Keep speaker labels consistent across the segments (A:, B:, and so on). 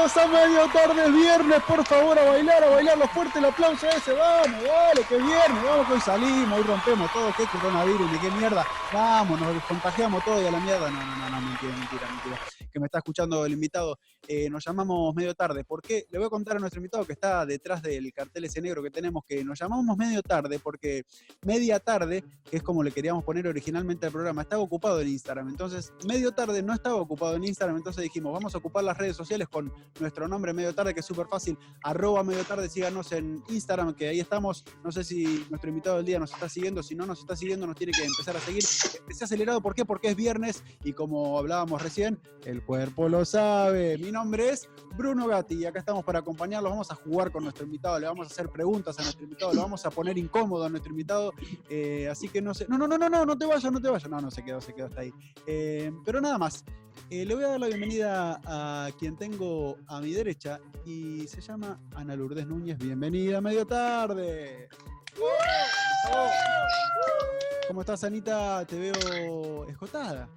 A: a medio tarde, es viernes, por favor, a bailar, a bailar, lo fuerte el aplauso ese, vamos, dale, que viernes, vamos que hoy salimos, hoy rompemos todo, qué coronavirus, ni qué mierda, vamos, nos contagiamos todo y a la mierda, no, no, no, no, mentira, mentira, mentira, que me está escuchando el invitado, eh, nos llamamos medio tarde, porque le voy a contar a nuestro invitado que está detrás del cartel ese negro que tenemos, que nos llamamos medio tarde, porque media tarde, que es como le queríamos poner originalmente al programa, estaba ocupado en Instagram, entonces medio tarde no estaba ocupado en Instagram, entonces dijimos, vamos a ocupar las redes sociales con nuestro nombre medio tarde, que es súper fácil, arroba medio tarde, síganos en Instagram, que ahí estamos, no sé si nuestro invitado del día nos está siguiendo, si no nos está siguiendo nos tiene que empezar a seguir, empecé acelerado, ¿por qué? Porque es viernes y como hablábamos recién, el cuerpo lo sabe, mi nombre es Bruno Gatti y acá estamos para acompañarlo, vamos a jugar con nuestro invitado, le vamos a hacer preguntas a nuestro invitado, lo vamos a poner incómodo a nuestro invitado, eh, así que no sé, no, no, no, no, no, no te vayas, no te vayas, no, no, se quedó, se quedó hasta ahí, Eh, pero nada más, eh, le voy a dar la bienvenida a quien tengo a mi derecha y se llama Ana Lourdes Núñez. Bienvenida a medio tarde. ¿Cómo estás, Anita? Te veo escotada.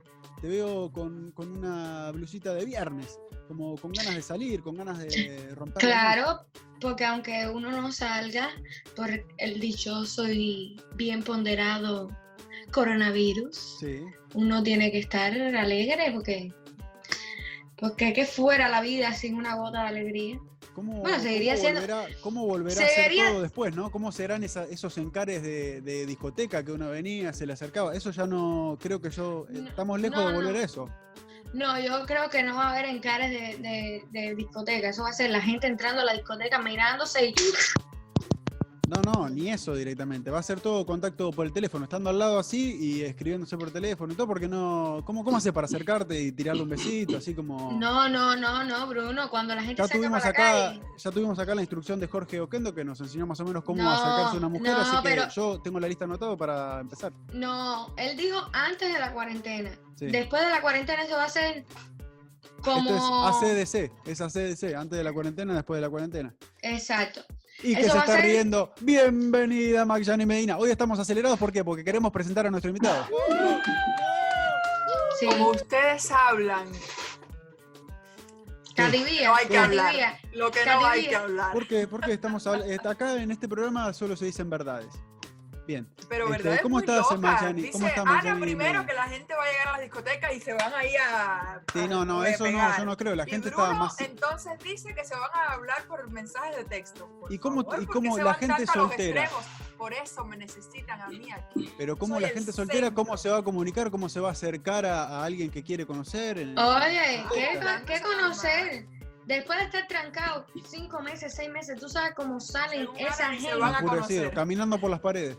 A: Te veo con, con una blusita de viernes, como con ganas de salir, con ganas de romper. la
B: Claro, porque aunque uno no salga por el dichoso y bien ponderado
A: luz.
B: coronavirus,
A: Sí.
B: uno tiene que estar alegre porque porque que fuera la vida sin una gota de alegría.
A: ¿Cómo,
B: Bueno, seguiría
A: cómo
B: siendo-
A: volverá, cómo volverá a
B: seguiría-
A: ser todo después, no? ¿Cómo serán esa- esos encares de, de discoteca que uno venía, se le acercaba? Eso ya no, creo que yo, eh,
B: No,
A: estamos lejos
B: no,
A: de volver
B: no.
A: a eso.
B: No, yo creo que no va a haber encares de, de, de discoteca. Eso va a ser la gente entrando a la discoteca mirándose y
A: No, no, ni eso directamente. Va a ser todo contacto por el teléfono, estando al lado así y escribiéndose por teléfono y todo, porque no. ¿Cómo, cómo haces para acercarte y tirarle un besito? Así como.
B: no, no, no, no, Bruno, cuando la gente
A: Ya
B: saca
A: tuvimos,
B: para la
A: acá,
B: calle.
A: ya tuvimos acá la instrucción de Jorge Oquendo que nos enseñó más o menos cómo
B: No,
A: acercarse a una mujer,
B: no,
A: así que
B: pero-
A: yo tengo la lista anotada para empezar.
B: No, él dijo antes de la cuarentena.
A: Sí.
B: Después de la cuarentena eso va a ser como...
A: Esto es ACDC, es ACDC, antes de la cuarentena, después de la cuarentena.
B: Exacto.
A: Y que
B: Eso
A: se
B: va a
A: está
B: ser-
A: riendo. Bienvenida, Maxani Medina. Hoy estamos acelerados, ¿por qué? Porque queremos presentar a nuestro invitado.
B: Sí.
C: Como ustedes hablan,
B: Cardi B,
C: no hay que
B: Cardi
C: hablar.
B: B.
C: lo que
B: Cardi
C: no hay
B: B.
C: que hablar.
A: ¿Por qué? Porque estamos habl- eh, acá en este programa solo se dicen verdades. Bien.
C: Pero
A: Este,
C: verdad es
A: ¿cómo
C: muy
A: estás,
C: loca.
A: Mayani?
C: Dice
A: ¿Cómo estás,
C: Ana
A: Mayani?
C: primero que la gente va a llegar a las discotecas y se van ahí a.
A: Sí, no, no,
C: a
A: eso no,
C: pegar.
A: yo no creo. La
C: Y
A: gente
C: Bruno,
A: está más.
C: entonces dice que se van a hablar por mensajes de texto. Por
A: ¿Y cómo-
C: favor,
A: y
C: ¿por qué
A: cómo
C: se
A: la
C: van
A: gente
C: tanto a los
A: soltera?
C: extremos? Por eso me necesitan a mí aquí.
A: Pero cómo
C: soy
A: la
C: el
A: gente soltera,
C: centro.
A: cómo se va a comunicar, cómo se va a acercar a, a alguien que quiere conocer. en-
B: Oye, ¿qué,
C: Puta.
B: co- qué conocer? Después de estar trancado cinco meses, seis meses, tú sabes cómo salen
C: Según
B: esa
C: Ana, ni se
B: gente.
C: van a
A: Enfurecido,
C: conocer.
A: caminando por las paredes.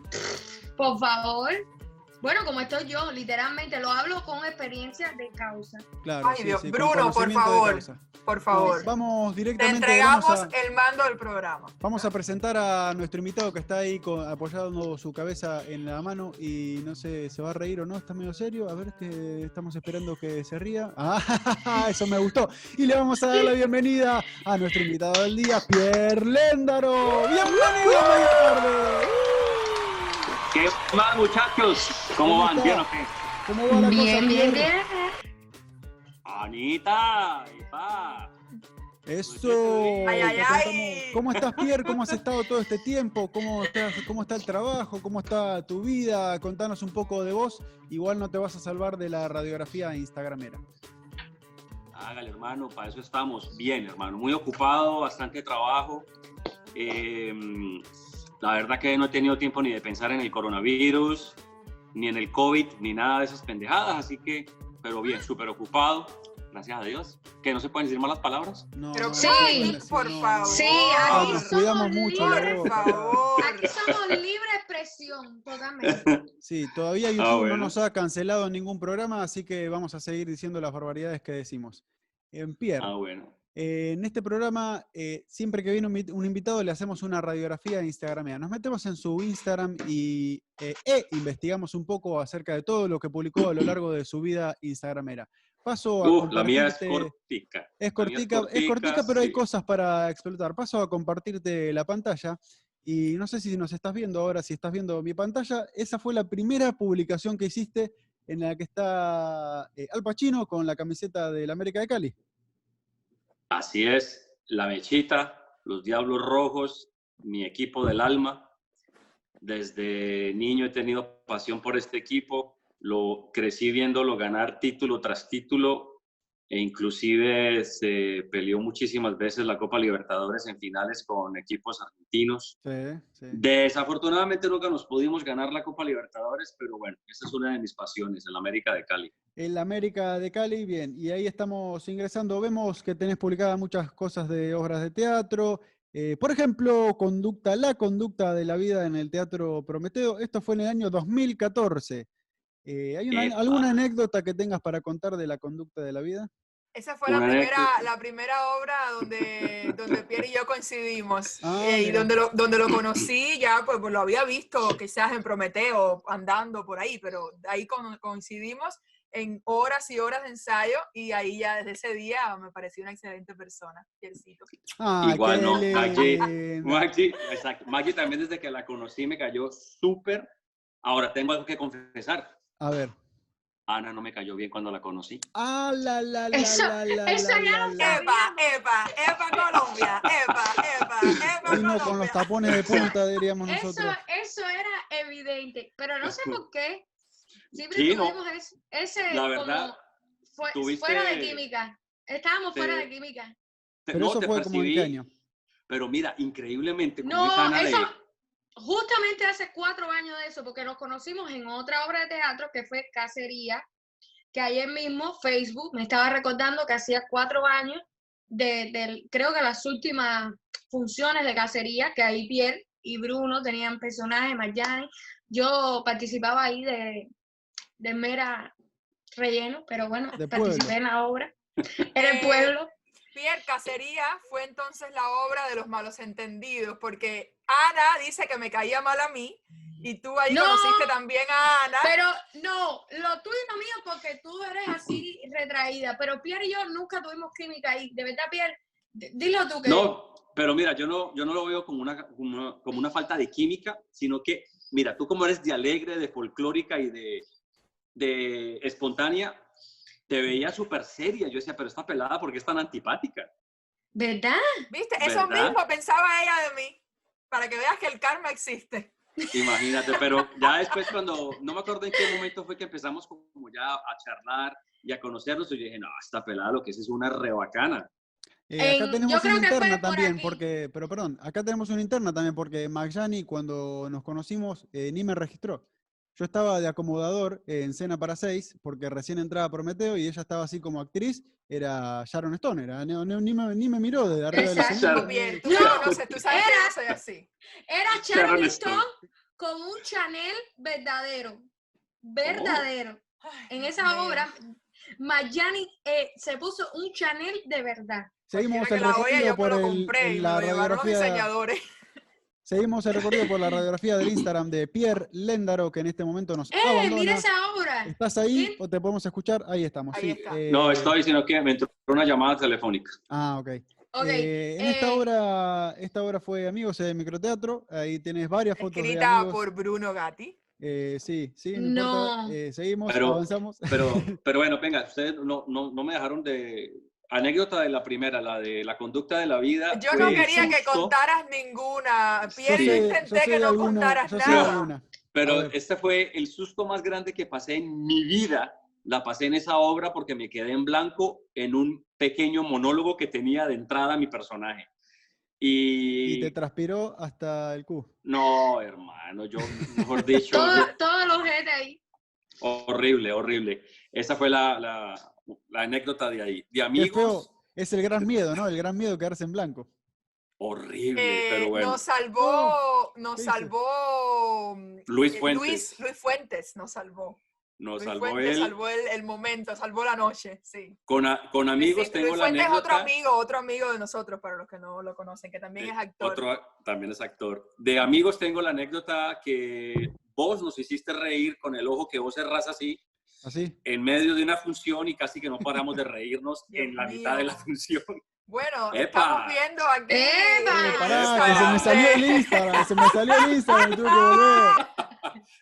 B: Por favor. Bueno, como estoy yo, literalmente lo hablo con experiencia de causa.
A: Claro,
C: Ay,
A: sí,
C: Dios.
A: sí, con
C: Bruno, por
A: conocimiento de
C: favor.
A: causa.
C: Por favor.
A: Vamos
C: Te
A: directamente.
C: entregamos
A: vamos a-
C: el mando del programa.
A: Vamos a presentar a nuestro invitado que está ahí co- apoyando su cabeza en la mano y no sé, ¿se va a reír o no? ¿Está medio serio? A ver, que estamos esperando que se ría. ¡Ah! Eso me gustó. Y le vamos a dar la bienvenida a nuestro invitado del día, Pierre Léndaro. ¡Bienvenido, medio tarde!
D: ¿Qué más, muchachos? ¿Cómo
A: ¿Cómo
D: van?
A: está?
D: ¿Bien o qué?
A: ¿Cómo va la cosa,
B: Bien, bien,
A: Pierre?
B: bien.
D: Anita, epa.
A: Eso.
C: Ay, ay,
A: te contamos.
C: ay.
A: ¿Cómo estás, Pierre? ¿Cómo has estado todo este tiempo? ¿Cómo, estás, ¿Cómo está el trabajo? ¿Cómo está tu vida? Contanos un poco de vos. Igual no te vas a salvar de la radiografía instagramera.
D: Hágale, hermano, para eso estamos. Bien, hermano, muy ocupado, bastante trabajo. Eh, la verdad que no he tenido tiempo ni de pensar en el coronavirus, ni en el COVID, ni nada de esas pendejadas, así que, pero bien, súper ocupado. Gracias a Dios. Que no se pueden decir malas palabras.
A: No,
C: Pero
A: no,
B: Sí.
A: no se puede decir,
C: por
A: no, no.
C: favor.
B: Sí,
A: Ah,
B: aquí
A: nos
B: somos
A: cuidamos mucho, la
B: libres.
C: Por
A: boca.
C: favor.
B: Aquí somos libre expresión, totalmente.
A: Sí, todavía YouTube
D: bueno.
A: no nos ha cancelado ningún programa, así que vamos a seguir diciendo las barbaridades que decimos. En Pierre,
D: Ah, bueno.
A: Eh, en este programa, eh, siempre que viene un, mit- un invitado, le hacemos una radiografía de Instagram. Nos metemos en su Instagram y eh, e investigamos un poco acerca de todo lo que publicó a lo largo de su vida Instagramera. Paso a
D: Uf, Uh, la mía es
A: compartirte-
D: cortica.
A: es
D: La mía es
A: cortica, es cortica,
D: cortica,
A: pero hay
D: sí.
A: cosas para explotar. Paso a compartirte la pantalla. Y no sé si nos estás viendo ahora, si estás viendo mi pantalla. Esa fue la primera publicación que hiciste en la que está eh, Al Pacino con la camiseta del América de Cali.
D: Así es. La Mechita, los Diablos Rojos, mi equipo del alma. Desde niño he tenido pasión por este equipo. Lo crecí viéndolo ganar título tras título e inclusive se peleó muchísimas veces la Copa Libertadores en finales con equipos argentinos.
A: Sí, sí.
D: Desafortunadamente nunca nos pudimos ganar la Copa Libertadores, pero bueno, esa es una de mis pasiones, el América de Cali.
A: El América de Cali, bien. Y ahí estamos ingresando. Vemos que tenés publicadas muchas cosas de obras de teatro. Eh, por ejemplo, conducta, la conducta de la vida en el Teatro Prometeo. Esto fue en el año 2014. Eh, ¿Hay una-
D: Epa.
A: alguna anécdota que tengas para contar de la conducta de la vida?
C: Esa fue la
D: Una
C: primera,
D: anécdota.
C: la primera obra donde, donde Pierre y yo coincidimos.
A: Ah,
C: Eh, y
A: mira.
C: donde lo, donde lo conocí, ya pues, pues, lo había visto quizás en Prometeo, andando por ahí, pero ahí con- coincidimos en horas y horas de ensayo y ahí ya desde ese día me pareció una excelente persona, Piercito.
A: Ah,
D: Igual no, aquí-
A: lindo.
D: Maggi, exacto. Maggi también desde que la conocí me cayó súper. Ahora tengo algo que confesar.
A: A ver.
D: Ana no me cayó bien cuando la conocí.
A: Ah, la, la, la,
B: Eso-
A: la, la,
B: eso
A: la,
B: ya
A: la,
B: lo
A: la.
B: sabía.
C: ¡Epa, epa, epa Colombia! ¡Epa, epa, epa
A: Vino con los
C: Colombia!
A: tapones de punta, diríamos
B: Eso,
A: nosotros.
B: eso era evidente, pero no sé por qué. Siempre
D: Sí, ¿no?
B: tuvimos es- ese
D: La verdad,
B: como fue-
D: tuviste-
B: fuera de química. Estábamos
D: te-
B: fuera de química.
D: Te-
A: Pero
D: no,
A: eso
D: te
A: fue como en qué
D: percibí,
A: año.
D: Pero mira, increíblemente, como es
B: No,
D: Ana de-
B: eso justamente hace cuatro años de eso, porque nos conocimos en otra obra de teatro que fue Cacería, que ayer mismo Facebook me estaba recordando que hacía cuatro años de, del- creo que las últimas funciones de Cacería, que ahí Pierre y Bruno tenían personajes, Marjane, yo participaba ahí de, de mera relleno, pero bueno,
A: De
B: participé en la obra, en el
C: Eh,
B: pueblo.
C: Pierre Cacería fue entonces la obra de los malos entendidos, porque Ana dice que me caía mal a mí y tú ahí
B: No.
C: conociste también a Ana.
B: Pero no, lo tuyo y lo mío porque tú eres así retraída, pero Pierre y yo nunca tuvimos química ahí. De verdad, Pierre, d- dilo tú que...
D: No, pero mira, yo no, yo no lo veo como una, como, una, como una falta de química, sino que, mira, tú como eres de alegre, de folclórica y de, de espontánea, te veía súper seria. Yo decía, pero está pelada porque es tan antipática.
B: ¿Verdad?
C: ¿Viste? Eso
D: ¿Verdad?
C: mismo pensaba ella de mí, para que veas que el karma existe.
D: Imagínate, pero ya después cuando, no me acuerdo en qué momento fue que empezamos como ya a charlar y a conocernos, y yo dije, no, está pelada, lo que es es una rebacana.
A: Eh, acá
B: En- yo
A: tenemos
B: creo
A: una
B: que fue
A: interna
B: por
A: también,
B: aquí.
A: porque, pero perdón, acá tenemos una interna también, porque Magyani cuando nos conocimos eh, ni me registró. Yo estaba de acomodador eh, en Cena para Seis, porque recién entraba Prometeo y ella estaba así como actriz, era Sharon Stone, era, no- no- ni, me, ni me miró de arriba de la
B: Exacto.
C: Tú,
A: escena.
C: Pierre, tú
B: No.
C: me conoces, tú sabes que yo soy así.
B: Era
D: Sharon
B: Sharon
D: Stone.
B: Stone con un Chanel verdadero, verdadero.
C: Ay,
B: En
C: Dios
B: esa
C: mío.
B: obra, Mayani eh, se puso un Chanel de verdad.
A: Seguimos
C: Cualquiera
A: el
C: que la oye,
A: recorrido
C: yo me
A: por
C: lo
A: el-
C: compré y
A: la
C: me lo llevaron los
A: radiografía.
C: diseñadores.
A: Seguimos el recorrido por la radiografía del Instagram de Pierre Lendaro, que en este momento nos
B: ¡Eh,
A: abandona.
B: mira esa obra!
A: ¿Estás ahí
B: ¿Sí?
A: o te podemos escuchar? Ahí estamos.
C: Ahí
A: sí.
C: está.
A: Eh,
D: No, estoy, sino que me entró una llamada telefónica.
A: Ah, ok.
B: Ok,
A: Eh, en esta
B: eh,
A: obra, esta obra fue Amigos de Microteatro. Ahí tienes varias fotos de
C: Escrita
A: amigos.
C: por Bruno Gatti.
A: Eh, sí, sí, no importa.
B: No.
A: Eh, seguimos,
D: Pero-
A: avanzamos.
D: Pero, pero bueno, venga, ustedes no, no, no me dejaron de... Anécdota de la primera, la de la conducta de la vida. pues,
C: Yo
D: fue
C: no quería que
D: justo-
C: contaras ninguna.
A: Yo
C: Pierre, yo
A: sé- yo
C: intenté
A: sé
C: que no
A: alguna-
C: contaras
A: yo sé
C: nada.
A: alguna. A
D: Pero
A: ver.
D: este fue el susto más grande que pasé en mi vida. La pasé en esa obra porque me quedé en blanco en un pequeño monólogo que tenía de entrada mi personaje.
A: Y
D: Y,
A: te transpiró hasta el Q.
D: no, hermano, yo, mejor dicho, yo-
A: Ah.
B: todo, todo el objeto ahí.
D: horrible, horrible. Esa fue la, la- la anécdota de ahí. De
A: Qué feo.
D: amigos,
A: Es el gran miedo, ¿no? El gran miedo de quedarse en blanco.
D: horrible,
C: Eh,
D: pero bueno.
C: Nos salvó, nos
A: ¿qué hizo?
C: salvó mm,
D: Luis
C: eh,
D: Fuentes
C: Luis, Luis Fuentes nos salvó.
D: nos
C: Luis
D: salvó
C: Fuentes
D: él.
C: salvó el, el momento, salvó la noche, sí.
D: Con, a- con amigos
C: Sí,
D: tengo
C: Luis
D: la
C: Fuentes es otro
D: anécdota.
C: amigo, otro amigo de nosotros, para los que no lo conocen, que también
D: Eh,
C: es actor.
D: Otro ac- también es actor. De amigos tengo la anécdota que vos nos hiciste reír con el ojo que vos cerrás así
A: Así.
D: en medio de una función y casi que no paramos de reírnos
C: Dios
D: en la
C: mío.
D: mitad de la función.
C: Bueno,
D: ¡Epa!
C: estamos viendo aquí.
B: ¡Epa!
A: Eh,
C: el
A: pará,
D: esa
A: que se me
D: grande.
A: salió el Instagram, se me salió el Instagram, tuve que volver.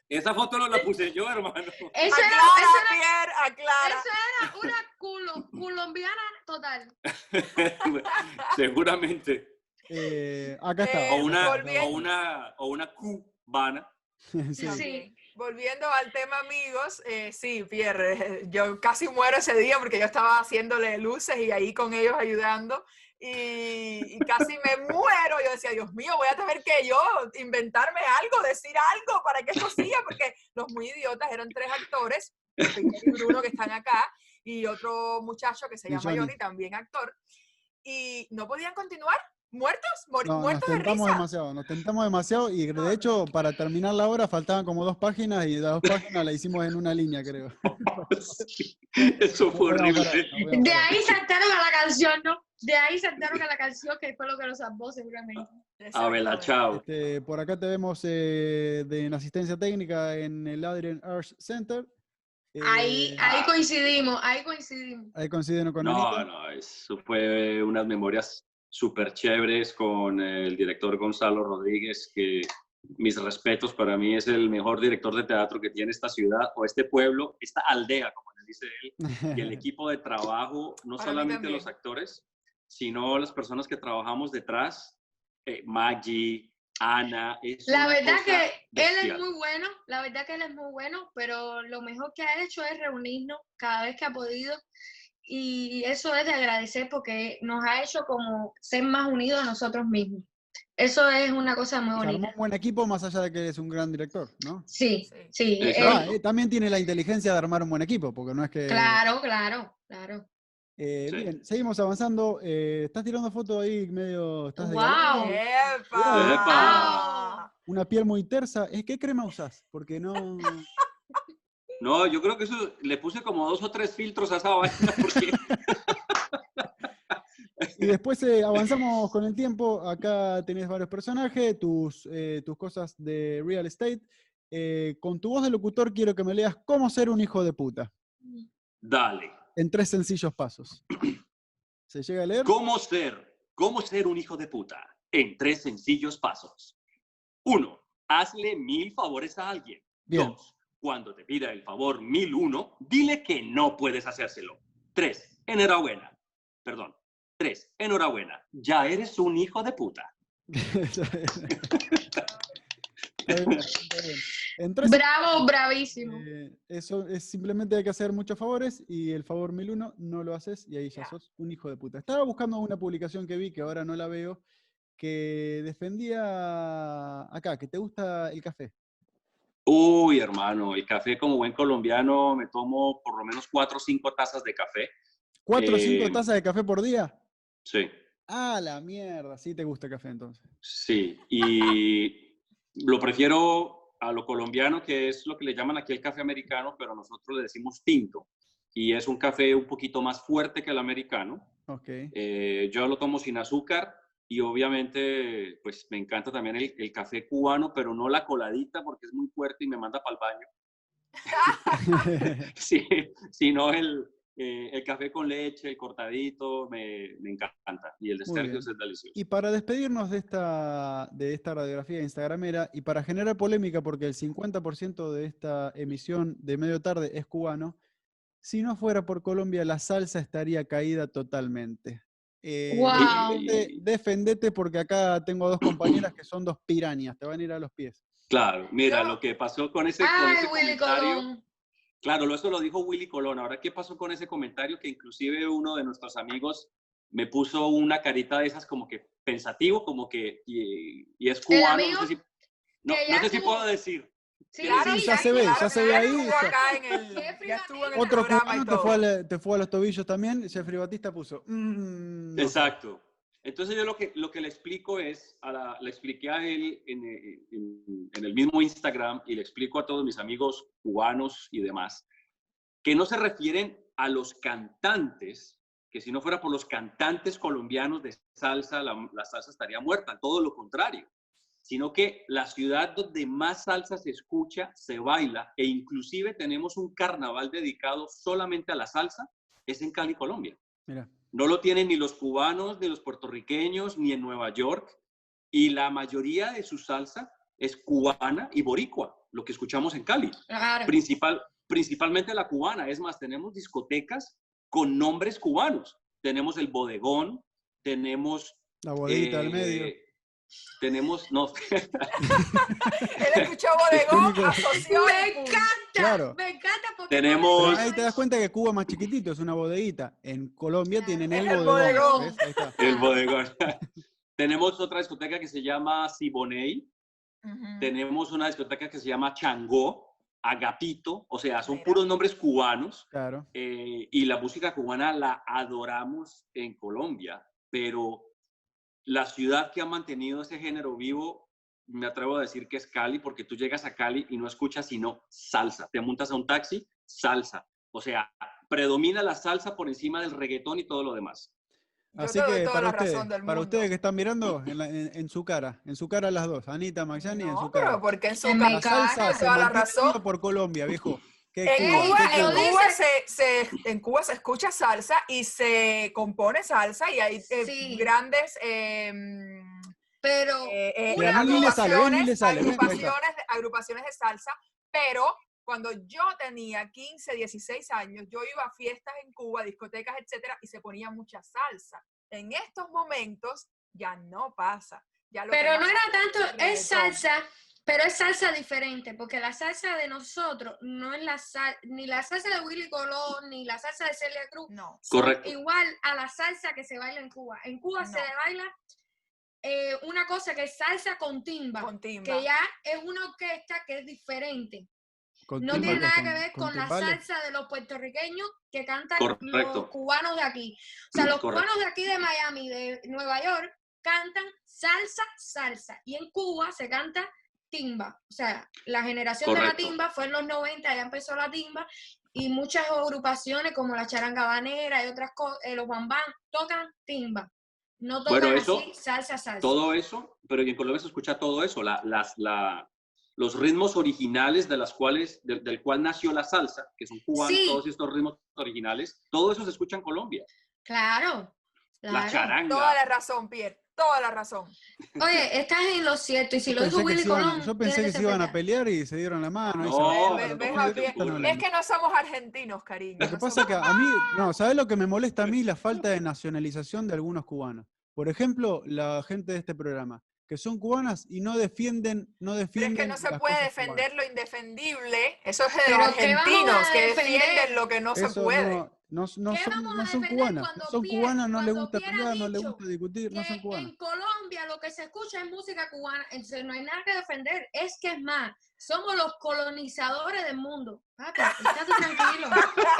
D: Esa foto no la puse yo, hermano.
B: Eso era,
C: Aclara,
B: eso era-
C: Pierre, aclara.
B: eso era una culo- colombiana total.
D: Seguramente.
A: Eh, acá está.
D: O
C: Eh,
D: una,
C: volviendo.
D: o una, o una cubana.
A: Sí.
C: Ok.
B: Sí.
C: Volviendo al tema amigos, eh, sí, Pierre, yo casi muero ese día porque yo estaba haciéndole luces y ahí con ellos ayudando y, y casi me muero. Yo decía, Dios mío, voy a tener que yo inventarme algo, decir algo para que esto siga, porque los muy idiotas eran tres actores, Peter y Bruno que están acá y otro muchacho que se
A: Y
C: llama
A: Johnny.
C: Johnny, también actor, y no podían continuar. ¿Muertos? mor-
A: No, nos
C: ¿Muertos de
A: tentamos
C: risa?
A: demasiado, nos tentamos demasiado y de hecho para terminar la obra faltaban como dos páginas y las dos páginas la hicimos en una línea, creo.
D: Eso fue
A: No, no,
D: horrible.
A: pará, no, voy a
B: De
A: parar.
B: ahí saltaron a la canción, ¿no? De ahí saltaron a la canción que fue lo que los salvó seguramente.
D: A verla, chao.
A: Este, por acá te vemos eh, de, en asistencia técnica en el Adrian Arts Center. Eh,
B: Ahí, ahí coincidimos, ahí coincidimos.
A: Ahí coincidieron con
D: No,
A: Anita.
D: no, eso fue unas memorias súper chéveres con el director Gonzalo Rodríguez, que mis respetos para mí es el mejor director de teatro que tiene esta ciudad o este pueblo, esta aldea, como le dice él. y el equipo de trabajo, no
C: Para mí
D: solamente
C: también.
D: los actores, sino las personas que trabajamos detrás, eh, Maggie, Ana. es
B: La
D: una
B: verdad
D: cosa
B: que él es
D: bestial.
B: muy bueno, la verdad que él es muy bueno, pero lo mejor que ha hecho es reunirnos cada vez que ha podido y eso es de agradecer porque nos ha hecho como ser más unidos a nosotros mismos. Eso es una cosa muy
A: Se armó
B: bonita.
A: un buen equipo más allá de que eres un gran director, ¿no?
B: Sí,
C: Sí.
B: sí,
D: Eso.
B: él-
A: Ah, eh, también tiene la inteligencia de armar un buen equipo, porque no es que...
B: claro, claro, claro.
A: Eh,
D: Sí.
A: Bien, seguimos avanzando. Eh, estás tirando fotos ahí medio... Estás de
B: Guau.
A: galán.
B: Chao.
C: ¡Epa!
B: Epa.
A: Una piel muy tersa. ¿Es qué crema usás? Porque no...
D: No, yo creo que eso le puse como dos o tres filtros a esa vaina porque
A: Y después eh, avanzamos con el tiempo. Acá tenés varios personajes, tus, eh, tus cosas de real estate. Eh, con tu voz de locutor quiero que me leas cómo ser un hijo de puta.
D: dale.
A: En tres sencillos pasos. ¿Se llega a leer?
D: ¿Cómo ser? ¿Cómo ser un hijo de puta? En tres sencillos pasos. Uno, hazle mil favores a alguien.
A: Bien.
D: Dos, cuando te pida el favor 1001, dile que no puedes hacérselo. Tres, enhorabuena. Perdón. Tres, enhorabuena. Ya eres un hijo de puta.
A: Está bien, está bien. En tres
B: Bravo, bravísimo.
A: eh, eso es simplemente hay que hacer muchos favores y el favor 1001 no lo haces y ahí ya
C: Ya.
A: sos un hijo de puta. Estaba buscando una publicación que vi que ahora no la veo que defendía acá, que te gusta el café.
D: Uy, hermano, el café como buen colombiano me tomo por lo menos cuatro o cinco tazas de café.
A: ¿Cuatro o
D: Eh,
A: cinco tazas de café por día?
D: Sí,
A: Ah, la mierda, sí te gusta el café entonces.
D: sí. Y lo prefiero a lo colombiano, que es lo que le llaman aquí el café americano, pero nosotros le decimos tinto. Y es un café un poquito más fuerte que el americano.
A: Ok.
D: Eh, yo lo tomo sin azúcar y obviamente pues me encanta también el, el café cubano, pero no la coladita porque es muy fuerte y me manda para el baño, Sí, sino el, eh, el café con leche, el cortadito, me, me encanta. Y el de
A: Muy bien.
D: Sergio es delicioso.
A: y para despedirnos de esta, de esta radiografía instagramera y para generar polémica, porque el 50% de esta emisión de medio tarde es cubano, si no fuera por Colombia, la salsa estaría caída totalmente. Eh,
B: Guau.
A: defendete- defendete porque acá tengo a dos compañeras que son dos pirañas, te van a ir a los pies.
D: Claro, mira
C: Yo-
D: lo que pasó con ese, este, con
B: Ay,
D: ese
B: Willy
D: comentario.
B: Colón.
D: Claro, lo- eso lo dijo Willy Colón. Ahora, ¿qué pasó con ese comentario? Que inclusive uno de nuestros amigos me puso una carita de esas como que pensativo, como que... Y, y es cubano, no
B: amigo?
D: sé si, no,
B: Que
D: no
B: ya
D: sé si
B: tú-
D: puedo decir.
B: Sí,
C: Claro,
A: Sí, ya se ve, ya se ve ahí,
C: estuvo
A: está.
C: acá en el,
B: Jeffrey
C: ya estuvo en el
A: Otro
C: programa y
A: cubano te fue,
C: todo.
A: al- te fue a los tobillos también, Jeffrey Batista puso. "Mm, no".
D: Exacto. Entonces yo lo que, lo que le explico es, a la- le expliqué a él en, eh, en- en el mismo Instagram y le explico a todos mis amigos cubanos y demás, que no se refieren a los cantantes, que si no fuera por los cantantes colombianos de salsa, la, la salsa estaría muerta, todo lo contrario, sino que la ciudad donde más salsa se escucha, se baila e inclusive tenemos un carnaval dedicado solamente a la salsa, es en Cali, Colombia.
A: Mira.
D: No lo tienen ni los cubanos, ni los puertorriqueños, ni en Nueva York. Y la mayoría de su salsa es cubana y boricua, lo que escuchamos en Cali.
B: claro.
D: Principal, principalmente la cubana. Es más, tenemos discotecas con nombres cubanos. Tenemos el bodegón, tenemos...
A: La bodeguita
D: eh,
A: del medio.
D: Tenemos, no,
C: Él escuchó bodegón, asoció.
B: Me
C: el punto.
B: encanta,
A: Claro.
B: me encanta porque
D: Tenemos-
A: Pero ahí te das cuenta que Cuba es más chiquitito, es una bodeguita. En Colombia tienen el,
C: Es el
A: bodegón.
C: bodegón.
A: ¿ves? Ahí está.
D: el bodegón. tenemos otra discoteca que se llama Siboney,
C: Ujú.
D: tenemos una discoteca que se llama Changó, Agapito, o sea, son
C: Mira.
D: puros nombres cubanos.
A: Claro.
D: eh, y la música cubana la adoramos en Colombia, pero la ciudad que ha mantenido ese género vivo, me atrevo a decir que es Cali, porque tú llegas a Cali y no escuchas sino salsa. Te montas a un taxi, salsa. O sea, predomina la salsa por encima del reggaetón y todo lo demás.
C: Yo
A: Así
C: te doy
A: que
C: toda
A: para
C: la
A: ustedes,
C: razón del
A: para
C: mundo.
A: ustedes que están mirando, en, la- en- en su cara, en su cara las dos, Anita Maxani, en
C: No,
A: su
C: pero
A: cara.
C: porque en su
B: En
C: cara
A: La salsa
C: tiene
A: se
C: toda la
A: mantiene
C: razón.
A: viva por Colombia, viejo. Qué
C: En
A: Cuba,
C: Cuba,
A: qué
C: en
B: Lo
A: Cuba.
C: Cuba se, se- en Cuba se escucha salsa y se compone salsa y hay eh,
B: Sí.
C: grandes eh, mm,
B: Pero
C: eh, eh,
B: Mira, a mí le
A: sale, a mí le
C: agrupaciones,
A: sale, ven, cuenta.
C: agrupaciones, agrupaciones de salsa, pero cuando yo tenía 15, 16 años, yo iba a fiestas en Cuba, discotecas, etcétera, y se ponía mucha salsa. En estos momentos ya no pasa. Ya lo que
B: Pero
C: más
B: no era
C: pasa el
B: tanto, es
C: reggaetón.
B: salsa, pero es salsa diferente, porque la salsa de nosotros no es la salsa, ni la salsa de Willy Colón, ni la salsa de Celia Cruz,
C: No.
D: Correcto.
B: igual a la salsa que se baila en Cuba. En Cuba se
C: No.
B: baila eh, una cosa que es salsa con timba,
C: Con timba.
B: que ya es una orquesta que es diferente.
A: Con
B: No tiene
A: timbales,
B: nada que ver con, la
A: timbales.
B: salsa de los puertorriqueños que cantan los
D: Correcto. Mm,
B: cubanos de aquí. O sea, los
D: Correcto.
B: cubanos de aquí de Miami, de Nueva York, cantan salsa, salsa. Y en Cuba se canta timba. O sea, la generación de
D: Correcto.
B: la timba fue en los 90, ya empezó la timba. Y muchas agrupaciones como la charanga banera y otras cosas, los bambán, tocan timba. No tocan
D: Bueno, eso-
B: así, salsa, salsa.
D: Todo eso, pero en Colombia se escucha todo eso, la- las, la- los ritmos originales de las cuales, de- del cual nació la salsa, que son cubanos,
B: Sí.
D: todos estos ritmos originales, todo eso se escucha en Colombia.
B: Claro.
D: La
B: claro.
D: charanga.
C: Toda la razón, Pierre. Toda la razón.
B: Oye, estás en lo cierto. Y si lo dijo
A: Pensé que
B: Willy
A: se iban-
B: Colón.
A: yo pensé que
B: tienes
A: se iban a
B: respetar.
A: pelear y se dieron la mano. y
D: No,
A: se abrazaron,
C: Ve-
D: pero
A: ¿cómo
C: ve,
D: ¿cómo
C: Javier,
D: se te ocurre?
A: están
C: Es que no somos argentinos, cariño.
A: Lo que
C: no
A: pasa es
C: somos-
A: que a mí, no, ¿sabes lo que me molesta a mí? La falta de nacionalización de algunos cubanos. Por ejemplo, la gente de este programa, que son cubanas y no defienden, no
C: Pero
A: defienden.
C: es que no se
A: las
C: puede
A: cosas cubanas.
C: defender lo indefendible. Eso es de
B: Pero
C: los
B: ¿qué vamos
C: argentinos
B: a
C: que
B: defender?
C: defienden lo que no se
A: Eso
C: puede.
A: No, no, no
B: ¿Qué
A: son,
B: vamos a
A: no son
B: defender
A: cubanas,
B: cuando
A: son
B: Pierre-
A: cubanas, no les
B: cuando
A: gusta
B: Pierre ha
A: pelear, no les
B: dicho
A: gusta discutir, no
B: que
A: son cubanas.
B: en Colombia lo que se escucha es música cubana, entonces no hay nada que defender. Es que es más, somos los colonizadores del mundo. Papi, estate tranquilo,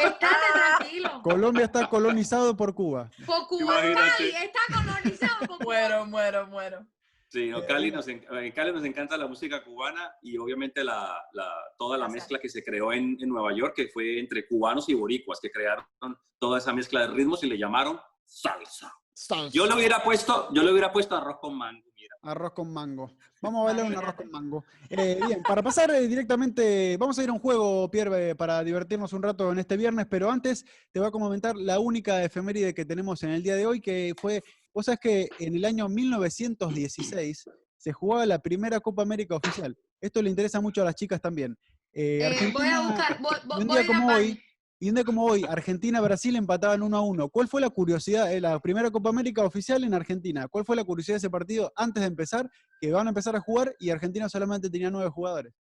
B: estate tranquilo.
A: Colombia está colonizado por Cuba.
B: Por Cuba
D: Imagínate.
B: Cali está colonizado por Cuba.
C: Muero, muero, muero.
D: Sí, no,
A: Eh,
D: Cali nos, en en Cali nos encanta la música cubana y obviamente la, la- toda la
C: Exacto.
D: mezcla que se creó en, en Nueva York, que fue entre cubanos y boricuas, que crearon toda esa mezcla de ritmos y le llamaron salsa. Yo le hubiera puesto, yo le hubiera puesto arroz con mango, mira.
A: Arroz con mango. Vamos a bailar un arroz
C: Imagínate.
A: con mango. Eh, bien, para pasar eh, directamente, vamos a ir a un juego, Pierre, eh, para divertirnos un rato en este viernes, pero antes te voy a comentar la única efeméride que tenemos en el día de hoy, que fue, vos sabés que en el año 1916 se jugaba la primera Copa América oficial. Esto le interesa mucho a las chicas también. Eh,
B: Eh, voy a
A: Argentina-
B: buscar, voy, voy-
A: un
B: voy a
A: día
B: ir a
A: como
B: Pan-
A: hoy, y un día como hoy, Argentina-Brasil empataban 1 a 1. ¿Cuál fue la curiosidad, eh, la primera Copa América oficial en Argentina? ¿Cuál fue la curiosidad de ese partido antes de empezar? Que van a empezar a jugar y Argentina solamente tenía nueve jugadores.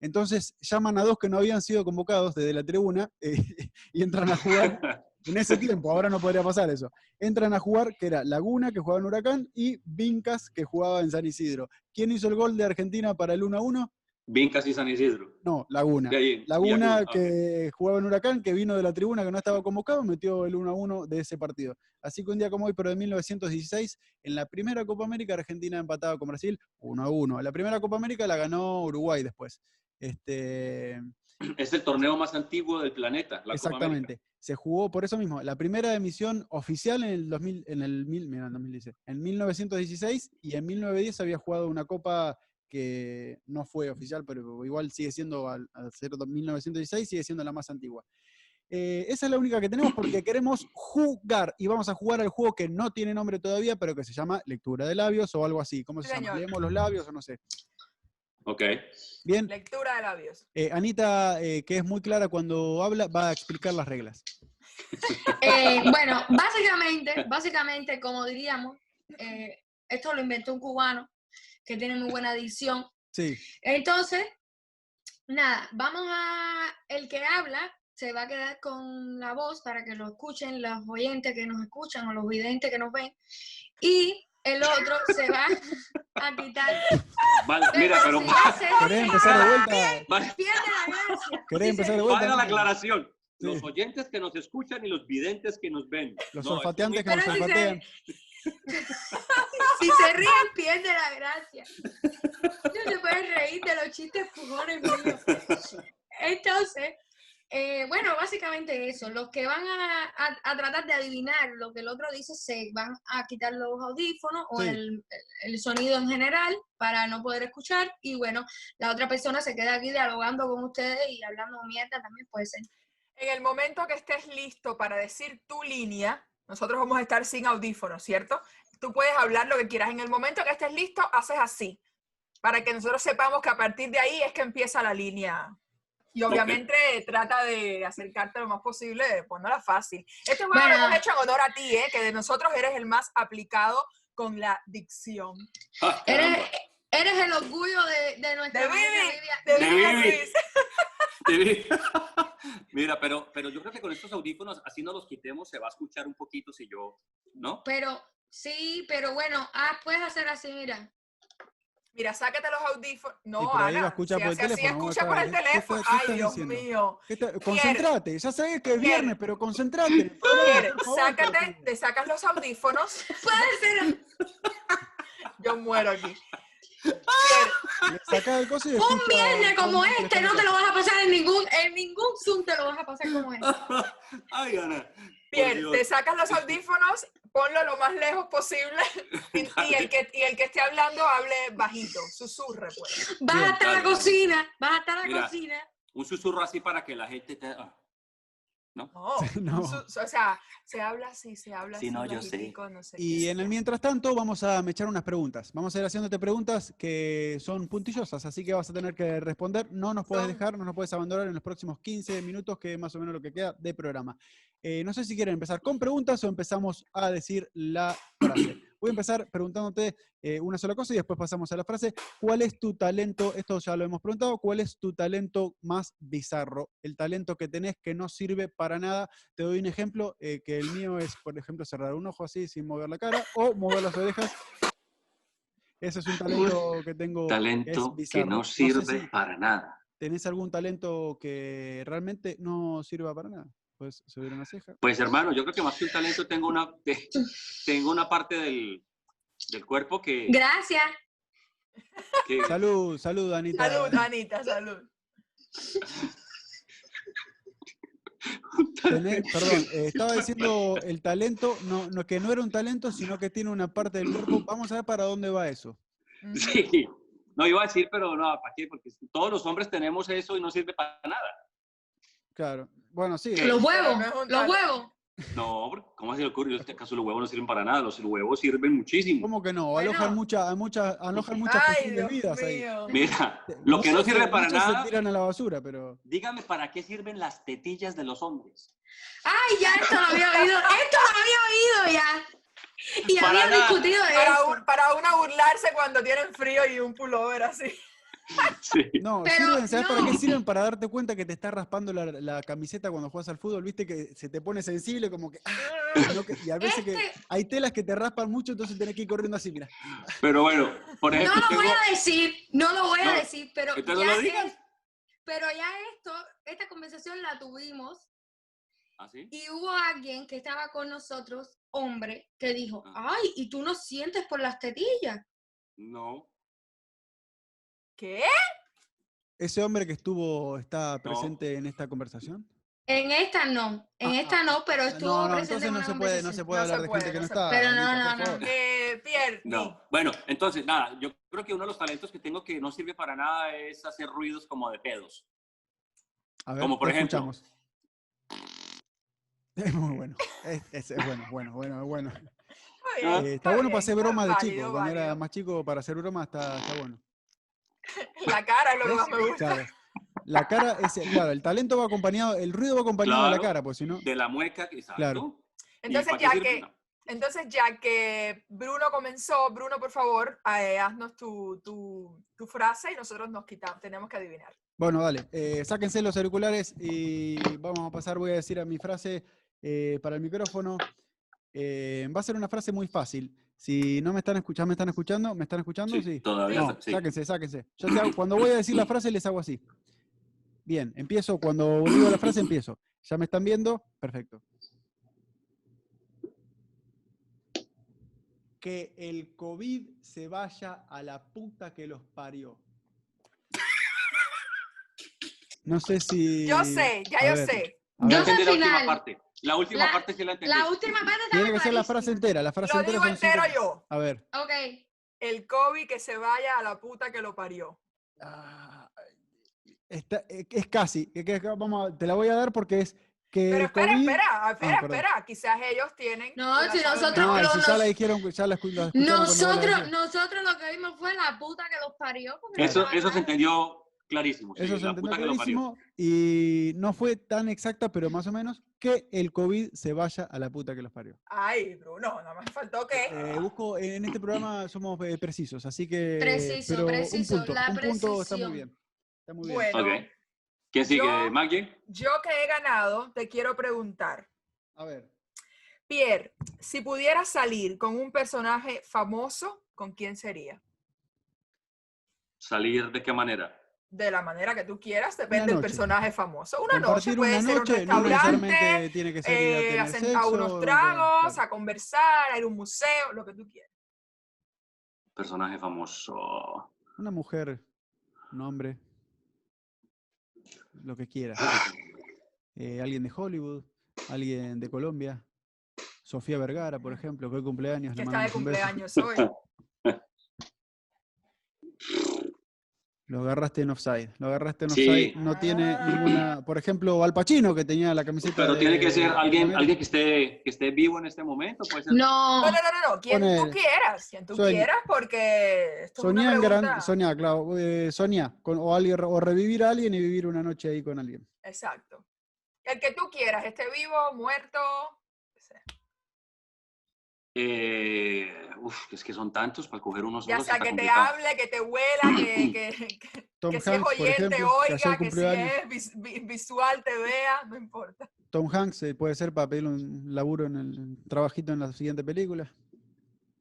A: Entonces llaman a dos que no habían sido convocados desde la tribuna eh, y entran a jugar. En ese tiempo, ahora no podría pasar eso. Entran a jugar, que era Laguna, que jugaba en Huracán, y Vincas, que jugaba en San Isidro. ¿Quién hizo el gol de Argentina para el 1 a 1?
D: Vincas y San Isidro.
A: No, Laguna.
D: De ahí,
A: Laguna,
D: Viacruz. Ah,
A: que jugaba en Huracán, que vino de la tribuna, que no estaba convocado, metió el 1 a 1 de ese partido. Así que un día como hoy, pero de 1916, en la primera Copa América, Argentina empataba con Brasil 1 a 1. La primera Copa América la ganó Uruguay después. Este,
D: Es el torneo más antiguo del planeta, la Copa América.
A: exactamente. Se jugó por eso mismo. La primera emisión oficial en el 2000, en el mil- mira, en 2016, en 1916 y en 1910 había jugado una copa que no fue oficial, pero igual sigue siendo al, al ser 1916 sigue siendo la más antigua. Eh, esa es la única que tenemos porque queremos jugar y vamos a jugar al juego que no tiene nombre todavía, pero que se llama lectura de labios o algo así. ¿Cómo se llama?
C: Señor.
A: Leemos los labios o no sé.
D: Ok.
A: Bien,
C: Lectura de labios.
A: eh, Anita, eh, que es muy clara cuando habla, va a explicar las reglas.
B: Eh, bueno, básicamente, básicamente, como diríamos, eh, esto lo inventó un cubano que tiene muy buena dicción.
A: Sí.
B: Entonces, nada, vamos a el que habla se va a quedar con la voz para que lo escuchen los oyentes que nos escuchan o los videntes que nos ven y el otro se va a quitar.
D: Vale, mira, pero
B: si
D: va-
B: hace-
A: ¿Querés empezar de vuelta?
D: va-
B: pierde la gracia.
A: ¿Querés
B: Sí,
A: empezar de
D: valga la
A: vuelta?
D: aclaración.
A: Sí.
D: Los oyentes que nos escuchan y los videntes que nos ven.
A: Los
D: No,
A: olfateantes que
D: esto es
A: nos
B: Pero dice-
A: olfatean.
B: Si se ríen, pierde la gracia. No se pueden reír de los chistes fujones míos. Entonces, eh, bueno, básicamente eso. Los que van a, a- a tratar de adivinar lo que el otro dice, se van a quitar los audífonos o
A: Sí.
B: el, el sonido en general para no poder escuchar. Y bueno, la otra persona se queda aquí dialogando con ustedes y hablando mierda también puede ser.
C: En el momento que estés listo para decir tu línea, nosotros vamos a estar sin audífonos, ¿cierto? Tú puedes hablar lo que quieras. En el momento que estés listo, haces así, para que nosotros sepamos que a partir de ahí es que empieza la línea. Y
D: Ok.
C: obviamente trata de acercarte lo más posible, de ponerla fácil. Este juego
B: Bueno.
C: lo hemos hecho en honor a ti, ¿eh? que de nosotros eres el más aplicado con la dicción.
D: Ah,
B: Eres,
D: caramba.
B: eres el orgullo de, de nuestra
C: De
B: mesa,
C: Vivi,
B: Livia.
C: de
D: De
C: Vivi
D: Vivi.
C: Ruiz.
D: Sí. Mira, pero, pero yo creo que con estos audífonos, así no los quitemos, se va a escuchar un poquito si yo, ¿no?
B: Pero sí, pero bueno, ah, puedes hacer así, mira.
C: Mira, sácate los audífonos. No,
A: Y por ahí
C: Ana,
A: lo escucha
C: si
A: por el
C: hace así,
A: teléfono, vamos a
C: escucha por el
A: acabar. ¿Qué- qué está-
C: teléfono.
A: qué
C: Ay,
A: estás
C: Dios
A: diciendo?
C: mío.
A: ¿Qué te- Concentrate, ya sabes que es viernes, pero concentrate.
C: Pierre,
A: por favor,
C: sácate,
A: Pierre.
C: te sacas los audífonos.
B: Puede ser
C: Yo muero aquí. Pierre,
A: Le sacás el coso y
B: un
A: escucha-
B: viernes como
A: un-
B: este, no te lo vas a pasar en ningún, en ningún Zoom te lo vas a pasar como este.
D: Ay, Ana. por
C: Pierre,
D: Dios.
C: te sacas los audífonos, ponlo lo más lejos posible y, y el, que, y el que esté hablando hable bajito, susurre pues.
B: Vas
D: Bien,
B: hasta la
D: dale.
B: cocina, vas hasta la
D: Mira.
B: cocina.
D: Un susurro así para que la gente te... ah.
C: No,
A: Oh, No.
C: su- o sea, se habla así, se habla
D: Sí,
C: así.
D: no, yo sé.
C: bajitico, no sé
A: Y
C: qué.
A: en el mientras tanto vamos a mechar unas preguntas. Vamos a ir haciéndote preguntas que son puntillosas, así que vas a tener que responder. No nos puedes
C: Son-
A: dejar, no nos puedes abandonar en los próximos 15 minutos, que es más o menos lo que queda de programa. Eh, no sé si quieren empezar con preguntas o empezamos a decir la frase. Voy a empezar preguntándote eh, una sola cosa y después pasamos a la frase. ¿Cuál es tu talento? Esto ya lo hemos preguntado. ¿Cuál es tu talento más bizarro? El talento que tenés que no sirve para nada te doy un ejemplo, eh, que el mío es, por ejemplo, cerrar un ojo así sin mover la cara o mover las orejas. Ese es un talento que tengo. que Oh, es
D: Talento que
A: bizarro.
D: no
A: sé
D: sirve
A: si
D: para nada.
A: ¿Tenés algún talento que realmente no sirva para nada? Pues subir una ceja.
D: Pues hermano, yo creo que más que un talento tengo una, te- tengo una parte del, del cuerpo que,
B: Gracias.
D: que-
A: Salud, salud, Anita.
C: Salud, Anita, salud.
A: Tenés- perdón, eh, estaba diciendo el talento, no, no, que no era un talento, sino que tiene una parte del cuerpo. Vamos a ver para dónde va eso.
C: Ujú.
D: Sí. No iba a decir, pero no, ¿para qué? Porque todos los hombres tenemos eso y no sirve para nada.
A: Claro. Bueno, sí.
B: Los huevos,
C: no es un
B: los
C: talento.
B: huevos.
D: No, porque ¿cómo se le ocurre? ¿Este ¿Acaso los huevos no sirven para nada? Los huevos sirven muchísimo.
A: ¿Cómo que no?
B: Bueno.
A: Alojan, mucha, muchas alojan muchas
C: Ay,
A: posibles
C: Dios
A: vidas ahí.
C: mío.
D: Mira, lo que no
A: sé,
D: sirve para
A: muchas
D: nada,
A: se tiran a la basura, pero.
D: dígame para qué sirven las tetillas de los hombres.
B: Ay, ya esto lo había oído, esto lo había oído ya. Y
D: Para
B: había
D: nada,
B: discutido
C: Para,
B: eso.
C: un- para una burlarse cuando tienen frío y un pullover así.
D: Sí.
A: No,
B: Pero
A: sirven, ¿sabes para qué
B: no.
A: sirven? Para darte cuenta que te está raspando la, la camiseta cuando juegas al fútbol, viste que se te pone sensible, como que. ah, no que- y a veces que
B: Este-
A: hay telas que te raspan mucho, entonces tenés que ir corriendo así, mira.
D: Pero bueno, por
B: No
D: ejemplo,
B: lo
D: tengo-
B: voy a decir, no lo voy a
D: este No,
B: decir, pero
D: entonces no
B: ya
D: lo digas.
B: es- pero ya esto, esta conversación la tuvimos
D: ¿Ah, sí?
B: y hubo alguien que estaba con nosotros, hombre, que dijo,
D: Ah.
B: ay, ¿y tú no sientes por las tetillas?
D: No.
C: ¿Qué?
A: Ese hombre que estuvo está presente en esta conversación.
B: En esta no, en
A: Ah,
B: esta no, pero estuvo
A: No, no, entonces
B: presente en
A: no
B: una
A: se puede, no se
B: conversación.
A: puede
C: No
A: hablar
C: se
A: de gente
C: puede,
A: que no
C: no se
A: está.
B: puede. Pero no,
A: Anita,
B: no,
A: por
B: no.
A: favor.
C: Eh, Pierre, di.
D: No. Bueno, entonces, nada, yo creo que uno de los talentos que tengo que no sirve para nada es hacer ruidos como de pedos.
A: A ver,
D: Como por
A: te
D: ejemplo.
A: escuchamos. Es muy bueno. Es, es- es bueno, bueno, bueno, bueno.
C: Muy
D: Ah.
C: bien,
A: Eh, está bueno
C: bien,
A: para hacer
C: está
A: bromas de
C: válido,
A: chico. Cuando era
C: válido.
A: más chico, para hacer bromas está, está bueno.
C: La cara es lo que
A: ¿Ves?
C: más me gusta.
A: Claro. La cara, es, claro, el talento va acompañado, el ruido va acompañado de la
D: Claro.
A: cara, pues si no.
D: de la mueca, exacto.
A: Claro.
D: ¿Y
C: Entonces,
D: para qué
C: ya
D: sirve?
C: que,
D: No.
C: entonces, ya que Bruno comenzó, Bruno, por favor, eh, haznos tu, tu, tu frase y nosotros nos quitamos, tenemos que adivinar.
A: Bueno, dale, eh, sáquense los auriculares y vamos a pasar, voy a decir a mi frase eh, para el micrófono. Eh, va a ser una frase muy fácil. Si no me están escuchando, ¿me están escuchando? ¿Me están escuchando?
D: Sí,
A: Sí.
D: todavía
A: No,
D: está- sí.
A: sáquense, sáquense. Yo te hago- cuando voy a decir la frase les hago así. Bien, empiezo, cuando digo la frase empiezo. ¿Ya me están viendo? Perfecto. Que el COVID se vaya a la puta que los parió. No sé si...
C: Yo sé, ya
A: a
C: yo
A: ver,
C: sé.
A: a
D: Yo
A: ver,
B: sé-
D: entendí la última
B: final.
D: parte. La última
B: La-
D: parte sí la entendí.
B: La última parte estaba
A: tiene que ser la frase
B: clarísima.
A: entera, la frase
C: Lo
A: entera.
C: digo
A: son cinco-
C: entero yo.
A: A ver.
B: Ok.
C: El COVID que se vaya a la puta que lo parió.
A: Ah, está- es es casi, que- que- vamos a- te la voy a dar porque es que
C: Pero
A: el
C: espera,
A: COVID-
C: espera, espera,
A: perdón.
C: espera. Quizás ellos tienen.
B: No,
C: una
B: si
C: salud
B: nosotros
A: No,
C: mental.
B: lo-
A: si ya
B: nos-
A: la dijeron, ya la, escu- la escucharon cuando la
B: Nosotros,
A: decía.
B: nosotros lo que vimos fue la puta que los parió. porque
D: Eso,
B: estaba
D: eso se
B: claro.
D: entendió clarísimo. sí,
A: Eso se
D: la
A: entendió
D: puta que lo parió.
A: clarísimo y no fue tan exacta, pero más o menos, que el COVID se vaya a la puta que los parió.
C: Ay, Bruno, no me faltó que.
A: Eh, busco, en este programa somos eh, precisos, así que...
B: Preciso,
A: pero
B: preciso,
A: un punto,
B: la
A: un punto está
B: precisión.
A: muy bien. Está muy bien.
C: Bueno.
D: Ok. ¿Quién sigue?
C: Yo-
D: ¿Maggie?
C: Yo que he ganado, te quiero preguntar.
A: A ver,
C: Pierre, si pudieras salir con un personaje famoso, ¿con quién sería?
D: ¿Salir de qué manera?
C: De la manera que tú quieras, depende del
A: noche.
C: personaje famoso. Una noche
A: compartir
C: puede
A: una
C: ser un
A: noche no
C: restaurante,
A: necesariamente tiene que ser ir a
C: eh, a
A: tener
C: sent- a
A: sexo,
C: unos
A: no,
C: tragos,
A: claro.
C: a conversar, a ir a un museo, lo que tú quieras.
D: Personaje famoso.
A: Una mujer, un hombre, lo que quiera. Eh, alguien de Hollywood, alguien de Colombia. Sofía Vergara, por ejemplo, que hoy cumpleaños.
C: Que
A: le
C: está de
A: mandamos un beso.
C: cumpleaños hoy.
A: Lo agarraste en offside. Lo agarraste en
D: Sí.
A: offside. No tiene ninguna. Por ejemplo, Al Pacino, que tenía la camiseta.
D: Pero tiene que
A: de-
D: ser
A: de
D: alguien,
A: América.
D: alguien que, esté, que esté vivo en este momento. Puede ser.
B: No,
C: No, no, no, no, no, quien tú
A: Ponele.
C: quieras, quien tú
A: Sueño.
C: quieras, porque esto es una
A: Soñá en gran.
C: pregunta-
A: Soñá, claro. eh, soñá, con- o, alguien, o revivir a alguien y vivir una noche ahí con alguien.
C: Exacto. El que tú quieras, esté vivo, muerto.
D: Eh, uf, es que son tantos para coger unos
C: Ya
D: solos
C: sea
D: está
C: que te
D: complicado.
C: hable, que te huela, que, que- que-
A: Tom
C: que si es
A: Hanks, por
C: oyente,
A: ejemplo, que
C: oiga,
A: ayer
C: que si
A: cumplió años.
C: es vis- vi- visual, te vea, no importa.
A: Tom Hanks eh, puede ser para pedir un laburo en el un trabajito en la siguiente película.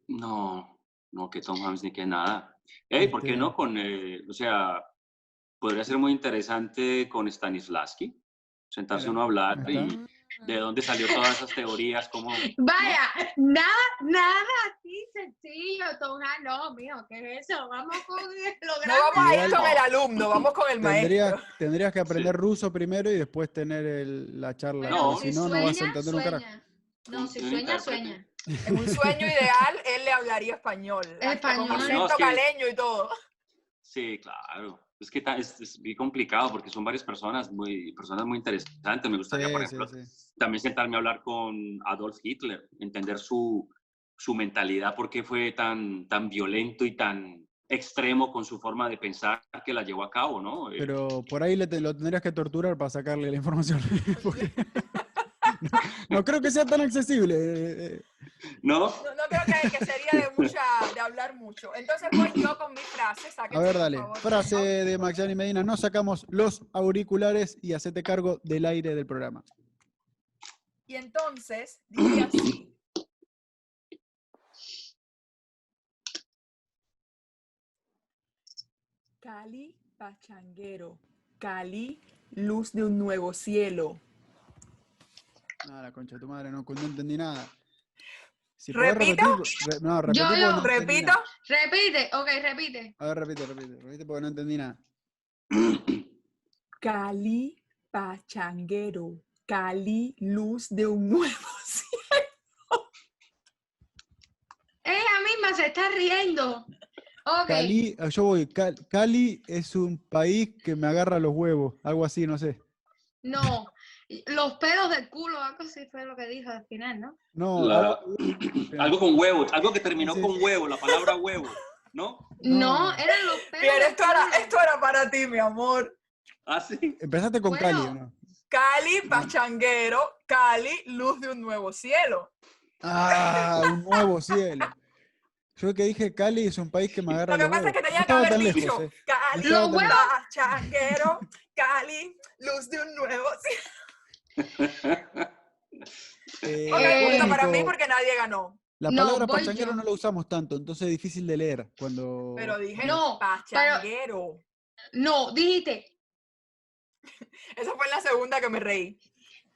D: No, no, que Tom Hanks ni que nada. Ey, ¿por qué
A: Este-
D: no con, eh, o sea, podría ser muy interesante con Stanislavski, sentarse
A: Mira,
D: uno a hablar
A: ahí
D: y de dónde salió todas esas teorías, cómo...
B: vaya, nada, nada así sencillo, Tonja, no, mijo, ¿qué es eso? Vamos con lo
C: No
B: grande.
C: vamos a ir
D: Igual-
C: con el alumno, vamos con el
A: Tendrías,
C: maestro.
A: tendrías que aprender ruso primero y después tener el- la charla.
D: Bueno,
A: porque si no, no vas a entender un carajo.
B: sueña. No, si
D: Un- un
B: sueña,
D: intérprete.
B: sueña.
C: En un sueño ideal, él le hablaría español. hasta Con
B: Español.
D: No, es
C: acento
D: que-
C: caleño y todo.
D: Sí, claro. Es que ta- es, es muy complicado porque son varias personas muy, personas muy interesantes. Me gustaría, por
A: Sí,
D: ejemplo,
A: sí, sí.
D: también sentarme a hablar con Adolf Hitler, entender su, su mentalidad, por qué fue tan, tan violento y tan extremo con su forma de pensar que la llevó a cabo, ¿no? Eh,
A: Pero por ahí le te- lo tendrías que torturar para sacarle la información. porque- no, no creo que sea tan accesible. eh, eh.
D: ¿No?
C: No, no creo que, que sería de, mucha, de hablar mucho. Entonces voy yo con mi frase.
A: A
C: sáquense,
A: ver,
C: por
A: dale.
C: favor,
A: Frase de Maxani Medina. No sacamos los auriculares y hacete cargo del aire del programa.
C: Y entonces diría así. Cali Pachanguero, Cali Luz de un nuevo cielo.
A: Nada, la concha de tu madre, no, no entendí nada. Si podés
C: ¿Repito?
A: repetir, re- no, repetí
B: Yo,
A: porque
B: yo.
A: no entendí
C: Repito,
A: nada.
B: Repite, ok, repite.
A: A ver, repite, repite, repite porque no entendí nada.
C: Cali Pachanguero, Cali Luz de un nuevo cielo.
B: Ella misma se está riendo. Ok.
A: Cali, ah, yo voy, Cal- Cali es un país que me agarra los huevos, algo así, no sé.
B: No, y- los pedos del culo, algo así fue lo que dijo al final, ¿no?
A: No,
D: La-
A: algo- Pero-
D: algo con huevo, algo que terminó
A: Sí.
D: con huevo, la palabra huevo, ¿no?
B: No,
A: No.
B: eran los pedos.
C: Pierre,
B: del
C: esto era,
B: culo.
C: esto era para ti, mi amor.
D: ¿Ah, sí?
A: Empezaste con
B: Bueno.
A: Cali, ¿o no?
C: Cali, Pachanguero, Cali, Luz de un Nuevo Cielo.
A: Ah, un nuevo cielo. Yo que dije Cali es un país que me agarra
C: Lo que
A: los
C: pasa es que
A: huevos. No
C: tenía que
A: estaba
C: haber
A: tan lejos,
C: dicho
A: eh.
C: Cali,
B: No estaba tan lejos.
C: Pachanguero, Cali, Luz de un Nuevo Cielo.
A: Eh,
C: Ok, punto para mí
A: único-
C: porque nadie ganó.
A: La
B: No,
A: palabra
B: voy
A: pachanguero
B: yo.
A: no la usamos tanto, entonces es difícil de leer cuando...
C: Pero dije
B: No,
C: Pachanguero.
B: No, dijiste.
C: Esa fue la segunda que me reí.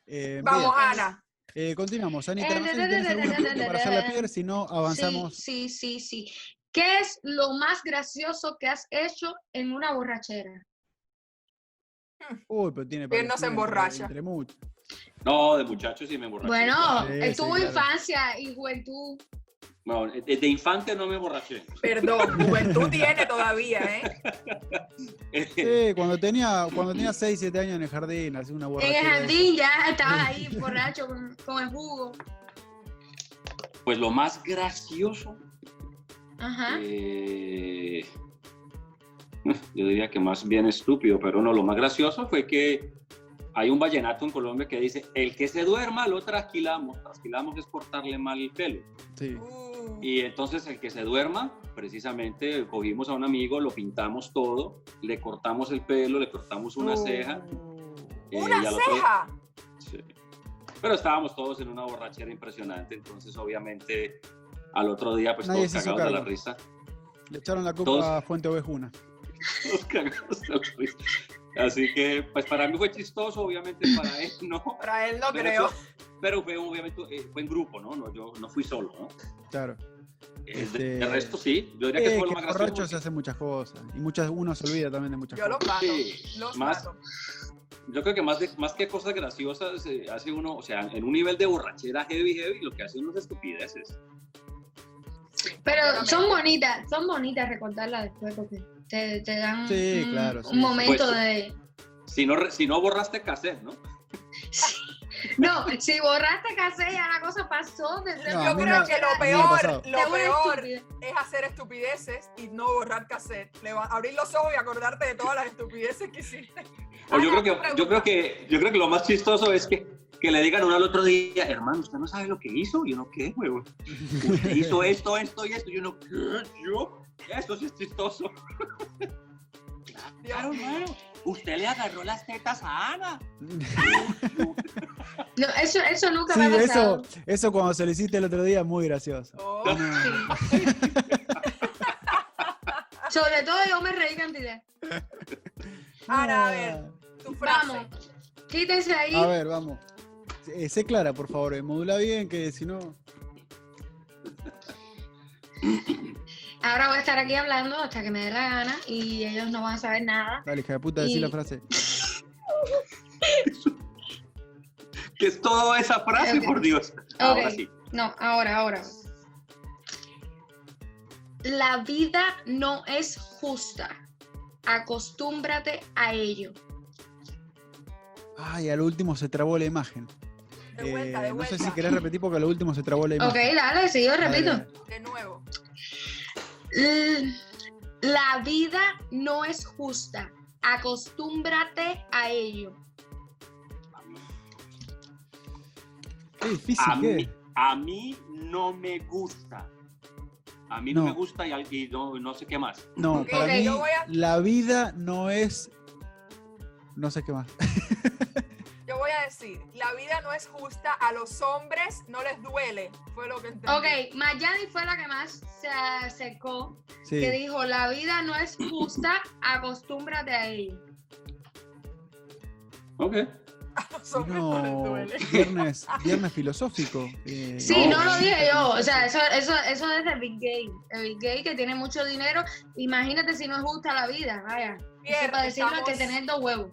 A: Eh,
C: Vamos,
A: bien,
C: Ana.
A: eh, continuamos. Anita, no sé si
B: Eh,
A: tienes algún punto para hacer la pier, si no avanzamos.
B: Sí, sí, sí, sí. ¿Qué es lo más gracioso que has hecho en una borrachera?
A: Uy, pero tiene
C: Pierna
A: parecido
C: se
A: entre-
C: emborracha.
A: entre muchos.
D: No, de muchachos sí me emborraché.
B: Bueno,
A: Sí,
B: en
A: sí,
B: tu
A: claro.
B: infancia y juventud.
D: No, de, de infante no me emborraché.
C: Perdón, juventud tiene todavía, ¿eh?
A: Sí, cuando tenía, cuando tenía 6, 7 años en el jardín, hacía una borrachera.
B: En el jardín ya estabas ahí borracho con, con el jugo.
D: Pues lo más gracioso,
B: Ajá.
D: eh, yo diría que más bien estúpido, pero no, lo más gracioso fue que hay un vallenato en Colombia que dice, el que se duerma lo trasquilamos, trasquilamos es cortarle mal el pelo.
A: Sí.
C: Uh,
D: Y entonces el que se duerma, precisamente cogimos a un amigo, lo pintamos todo, le cortamos el pelo, le cortamos
A: Oh.
D: una
C: uh.
D: ceja. eh,
C: ¿Una
D: y al otro-
C: ceja?
D: Sí. Pero estábamos todos en una borrachera impresionante, entonces obviamente al otro día pues
A: Nadie
D: todos
A: se hizo
D: cagados de la
A: cargo.
D: risa.
A: Le echaron la culpa
D: Todos-
A: a Fuente Ovejuna.
D: Todos cagados de la risa. Así que pues para mí fue chistoso, obviamente para él no.
C: Para él no
D: Pero
C: creo.
D: eso- Pero fue obviamente eh, fue en grupo, ¿no? No, yo no fui solo, ¿no?
A: Claro.
D: Eh,
A: Este-
D: de, de resto sí, yo diría que
A: Eh,
D: fue lo
A: que
D: más gracioso.
A: borracho se hacen muchas cosas. Y muchas, uno se olvida también de muchas
C: Yo los
A: cosas.
C: mato.
D: Sí,
C: Los
D: más-
C: mato.
D: Yo creo que más, de- más que cosas graciosas eh, hace uno, o sea, en un nivel de borrachera heavy, heavy, lo que hace uno es estupideces.
C: Sí,
B: Pero
C: claramente.
B: son bonitas, son bonitas recordarlas después porque te, te dan
A: Sí,
B: un,
A: claro,
B: un
A: sí, sí.
B: momento
D: Pues-
B: de...
D: Si no, re- si no borraste cassette, ¿no?
B: No, si borraste casé ya la cosa pasó. desde
A: No, a
C: Yo
A: mí
C: creo
A: me-
C: que lo
A: me ha pasado.
C: peor,
B: Te
C: lo
B: voy a
C: peor
B: estupidez.
C: es hacer estupideces y no borrar cassette. Le va- abrir los ojos y acordarte de todas las estupideces que hiciste.
D: O yo,
C: Ana,
D: creo que,
C: tú
D: yo, creo
C: pregunta.
D: que, yo creo que lo más chistoso es que, que le digan uno al otro día, hermano, usted no sabe lo que hizo. Y uno, ¿qué, huevón? Usted hizo esto, esto y esto. Y uno, ¿qué? ¿Yo? Eso sí es chistoso.
C: Dios mío.
D: Usted le agarró las tetas a Ana.
B: No, eso, eso nunca
A: Sí,
B: me ha pasado.
A: eso, eso cuando se lo hiciste el otro día, muy gracioso.
C: Oh,
B: Sí. Sobre todo yo me reí cantidad.
C: Ana, a ver. tu frase.
B: Vamos, quítense ahí.
A: A ver, vamos. Eh, sé clara, por favor, eh, modula bien, que si no.
B: Ahora voy a estar aquí hablando hasta que me dé la gana y ellos no van a saber nada.
A: Dale, hija de puta, decí
B: Y-
A: la frase.
D: Que es toda esa frase,
B: Ok.
D: por Dios. Ahora
B: Ok.
D: sí.
B: No, ahora, ahora. La vida no es justa. Acostúmbrate a ello.
A: Ay, al último se trabó la imagen.
C: De vuelta,
A: Eh,
C: de
A: no
C: vuelta.
A: sé si querés repetir porque al último se trabó la
B: Ok,
A: imagen.
B: dale, sí, yo
A: Dale,
B: repito.
A: dale.
C: De nuevo.
B: L- La vida no es justa. Acostúmbrate a ello.
A: Qué difícil
D: A
A: que
D: mí,
A: es.
D: a mí no me gusta. A mí no,
A: No.
D: me gusta y, al- y no, no sé qué más.
A: No,
C: Ok,
A: para
C: ok,
A: mí
C: yo voy a-
A: la vida no es. No sé qué más.
C: Yo voy a decir, la vida no es justa, a los hombres no les duele. Fue lo que entendí.
B: Ok, Mayani fue la que más se acercó,
A: Sí.
B: que dijo, la vida no es justa, acostúmbrate a ello.
D: Ok.
C: A los hombres no, les
A: No,
C: duele.
A: viernes, viernes filosófico. eh,
B: Sí,
D: No.
B: no lo dije yo, o sea, eso, eso, eso es de Big Gay, el Big Gay que tiene mucho dinero, imagínate si no es justa la vida, vaya. Eso
C: Pierre,
B: para decirlo hay que
C: estamos
B: tener dos huevos.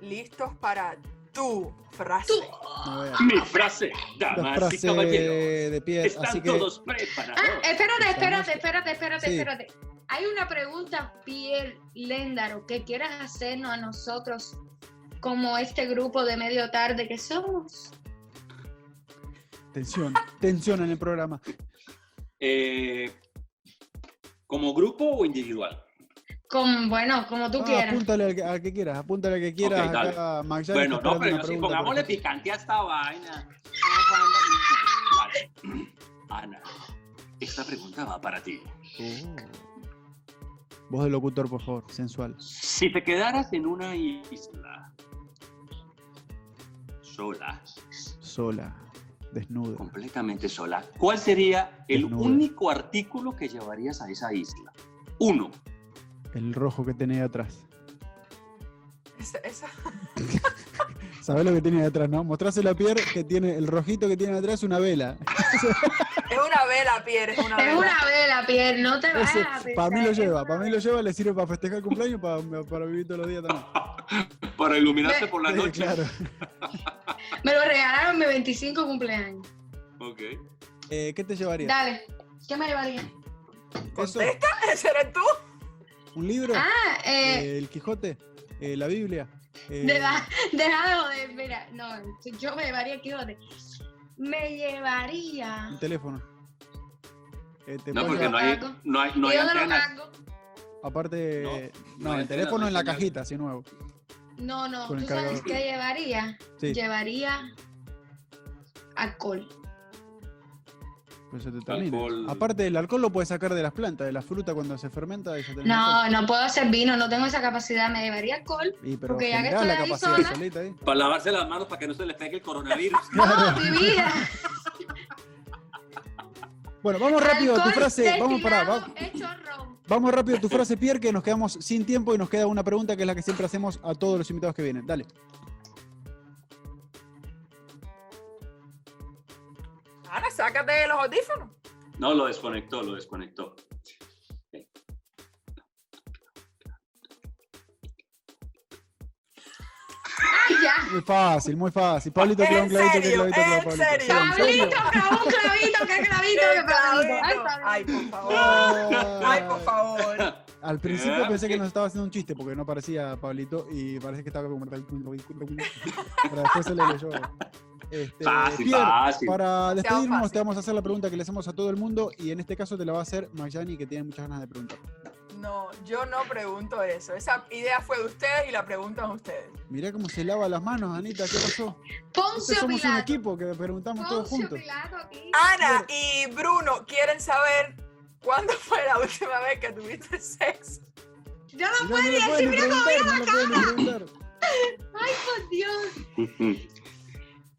C: listos para tu frase.
B: Tú.
A: no veas.
D: Mi Ah, frase,
A: La
D: damas y
A: frase
D: caballeros.
A: de pie. Así
D: Están
A: que
D: todos preparados.
B: Ah,
A: Estamos-
B: espérate, espérate, espérate, espérate,
A: Sí.
B: espérate. Hay una pregunta, Pierre Léndaro, que quieras hacernos a nosotros como este grupo de medio tarde que somos.
A: tensión, tensión en el programa.
D: Eh, ¿Como grupo o individual?
B: Con, bueno, como tú
A: Ah,
B: quieras.
A: Apúntale al que, al que quieras, apúntale al que quieras.
D: Ok, dale.
A: acá, Max, ya le
D: Bueno,
A: está
D: no,
A: esperando
D: pero
A: una
D: yo sí,
A: pregunta,
D: pongámosle
A: por ejemplo.
D: picante a esta vaina. Vale. Ana, esta pregunta va para ti.
A: Oh. Uh. Voz de locutor, por favor, sensual.
D: Si te quedaras en una isla sola,
A: Sola, desnuda.
D: Oh. completamente sola, ¿cuál sería el
A: Desnuda.
D: único artículo que llevarías a esa isla? Uno.
A: El rojo que tenés atrás.
C: Esa- esa-
A: ¿Sabés lo que tiene atrás, no? Mostráselo a Pierre que tiene el rojito que tiene atrás es una vela.
C: es una vela, Pierre, es una
B: Es
C: vela.
B: una vela, Pierre, no te vayas a pensar
A: para mí lo
B: en
A: lleva,
B: eso.
A: para mí lo lleva, le sirve para festejar el cumpleaños, para, para vivir todos los días también.
D: Para iluminarte
B: Ve-
D: por la
A: Sí,
D: noche.
A: claro.
B: Me lo regalaron mi 25 cumpleaños.
D: Ok.
A: Eh, ¿Qué te llevaría?
B: Dale, ¿qué me llevaría?
A: ¿Eso?
C: Contesta, ese eres tú.
A: ¿Un libro?
B: Ah, eh,
A: Eh, ¿El Quijote? Eh, ¿La Biblia? Eh,
B: deja, deja de joder, mira, no, yo me llevaría el Quijote. Me llevaría...
A: ¿El teléfono? Eh, te
D: No,
A: puedes
D: porque
A: llevar-
D: no hay,
B: Paco.
D: no hay, no hay
B: ¿Y dónde lo
D: antenas.
B: cargo?
A: Aparte,
D: No,
A: eh,
D: no
A: no,
D: hay
A: el
D: antena,
A: teléfono
D: no
A: en la
D: señal.
A: cajita, así nuevo.
B: No, no,
A: Con el
B: ¿tú sabes
A: cargador.
B: qué llevaría?
A: Sí,
B: Llevaría alcohol.
A: pues se te termina.
D: Alcohol.
A: Aparte, el alcohol lo puedes sacar de las plantas, de la fruta cuando se fermenta y se termina.
B: No, no puedo hacer vino, no tengo esa capacidad, me llevaría alcohol.
A: Y, pero
B: porque ya que
A: generás la
B: estoy ahí
A: capacidad
B: sola-
A: solita ahí.
D: Para lavarse las manos para que no se les pegue el coronavirus.
B: No, Oh, mi vida.
A: Bueno, vamos rápido a tu
B: Alcohol
A: frase. Vamos para.
B: destilado
A: va-
B: hecho ron.
A: Vamos rápido a tu frase, Pierre, que nos quedamos sin tiempo y nos queda una pregunta que es la que siempre hacemos a todos los invitados que vienen. Dale.
C: Ana, sácate los audífonos.
D: No, lo desconectó, lo desconectó.
B: Ay, ya.
A: Muy fácil, muy fácil. Pablito clava un
C: ¿En
A: clavito, que
C: serio?
A: clavito, clava,
C: ¿En
A: Pablito.
C: serio?
A: ¿En
B: Pablito, clavó un clavito, qué clavito, qué clavito. Ay, Pablito.
C: Ay, por favor.
A: Ah,
C: Ay, por favor.
A: Al principio
D: ¿Eh?
A: pensé que nos estaba haciendo un chiste porque no parecía Pablito y parece que estaba como. Pero después se le leyó. Este,
D: Fácil,
A: Pierre,
D: fácil.
A: Para despedirnos,
C: fácil.
A: te vamos a hacer la pregunta que le hacemos a todo el mundo y en este caso te la va a hacer Mayani, que tiene muchas ganas de preguntar.
C: No, yo no pregunto eso. Esa idea fue de ustedes y la preguntan ustedes.
A: Mirá cómo se lava las manos, Anita, ¿qué pasó? Este
B: Poncio
A: somos un
B: Pilato.
A: equipo que preguntamos todos
B: Poncio
A: juntos.
B: Pilato aquí.
C: Ana y Bruno quieren saber cuándo fue la última vez que tuviste sexo.
B: Yo
A: Mirá,
B: no
A: no
B: podía
A: lo
B: decir,
A: pueden ni
B: mira cómo
A: preguntar, no lo pueden ni preguntar.
B: por Dios.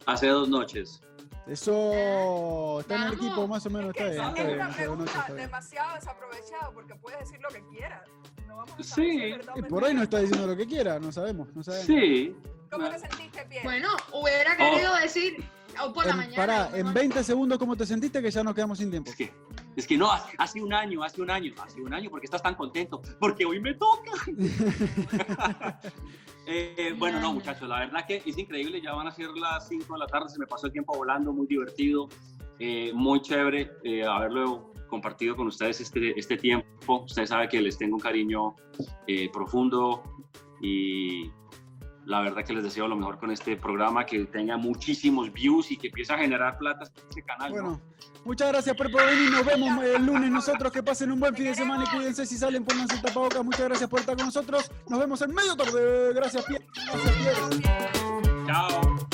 D: Hace dos noches.
A: Eso, está en el
B: Vamos.
A: equipo más o menos,
C: Es que
A: está bien.
C: esa
A: Está
C: es
A: bien,
C: una
A: está bien,
C: pregunta
A: está bien.
C: demasiado desaprovechada porque puedes decir lo que quieras. No vamos a saber si
D: Sí,
C: es verdad o
A: Y por ahí no
C: mentira.
A: está diciendo lo que quiera, no sabemos, no sabemos.
D: Sí.
C: ¿Cómo te sentiste, Pierre?
B: Bueno, hubiera querido decir, o por la
A: En-
B: mañana. a
A: pará,
B: lo
A: en
B: mejor.
A: 20 segundos, ¿cómo te sentiste? Que ya nos quedamos sin tiempo.
D: Es que, es que no, hace hace un año, hace un año, hace un año, porque estás tan contento, porque hoy me toca. Eh, bueno, no, muchachos, la verdad que es increíble, ya van a ser las 5 de la tarde, se me pasó el tiempo volando, muy divertido, eh, muy chévere eh, haberlo compartido con ustedes este, este tiempo. Ustedes saben que les tengo un cariño eh, profundo y la verdad que les deseo lo mejor con este programa, que tenga muchísimos views y que empiece a generar plata este canal. ¿no?
A: Bueno, muchas gracias Pierre, por venir. Nos vemos el lunes nosotros. Que pasen un buen fin de semana y cuídense si salen, pónganse tapabocas. Muchas gracias por estar con nosotros. Nos vemos en medio tarde. Gracias, Pierre. Gracias, Pierre.
D: Chao.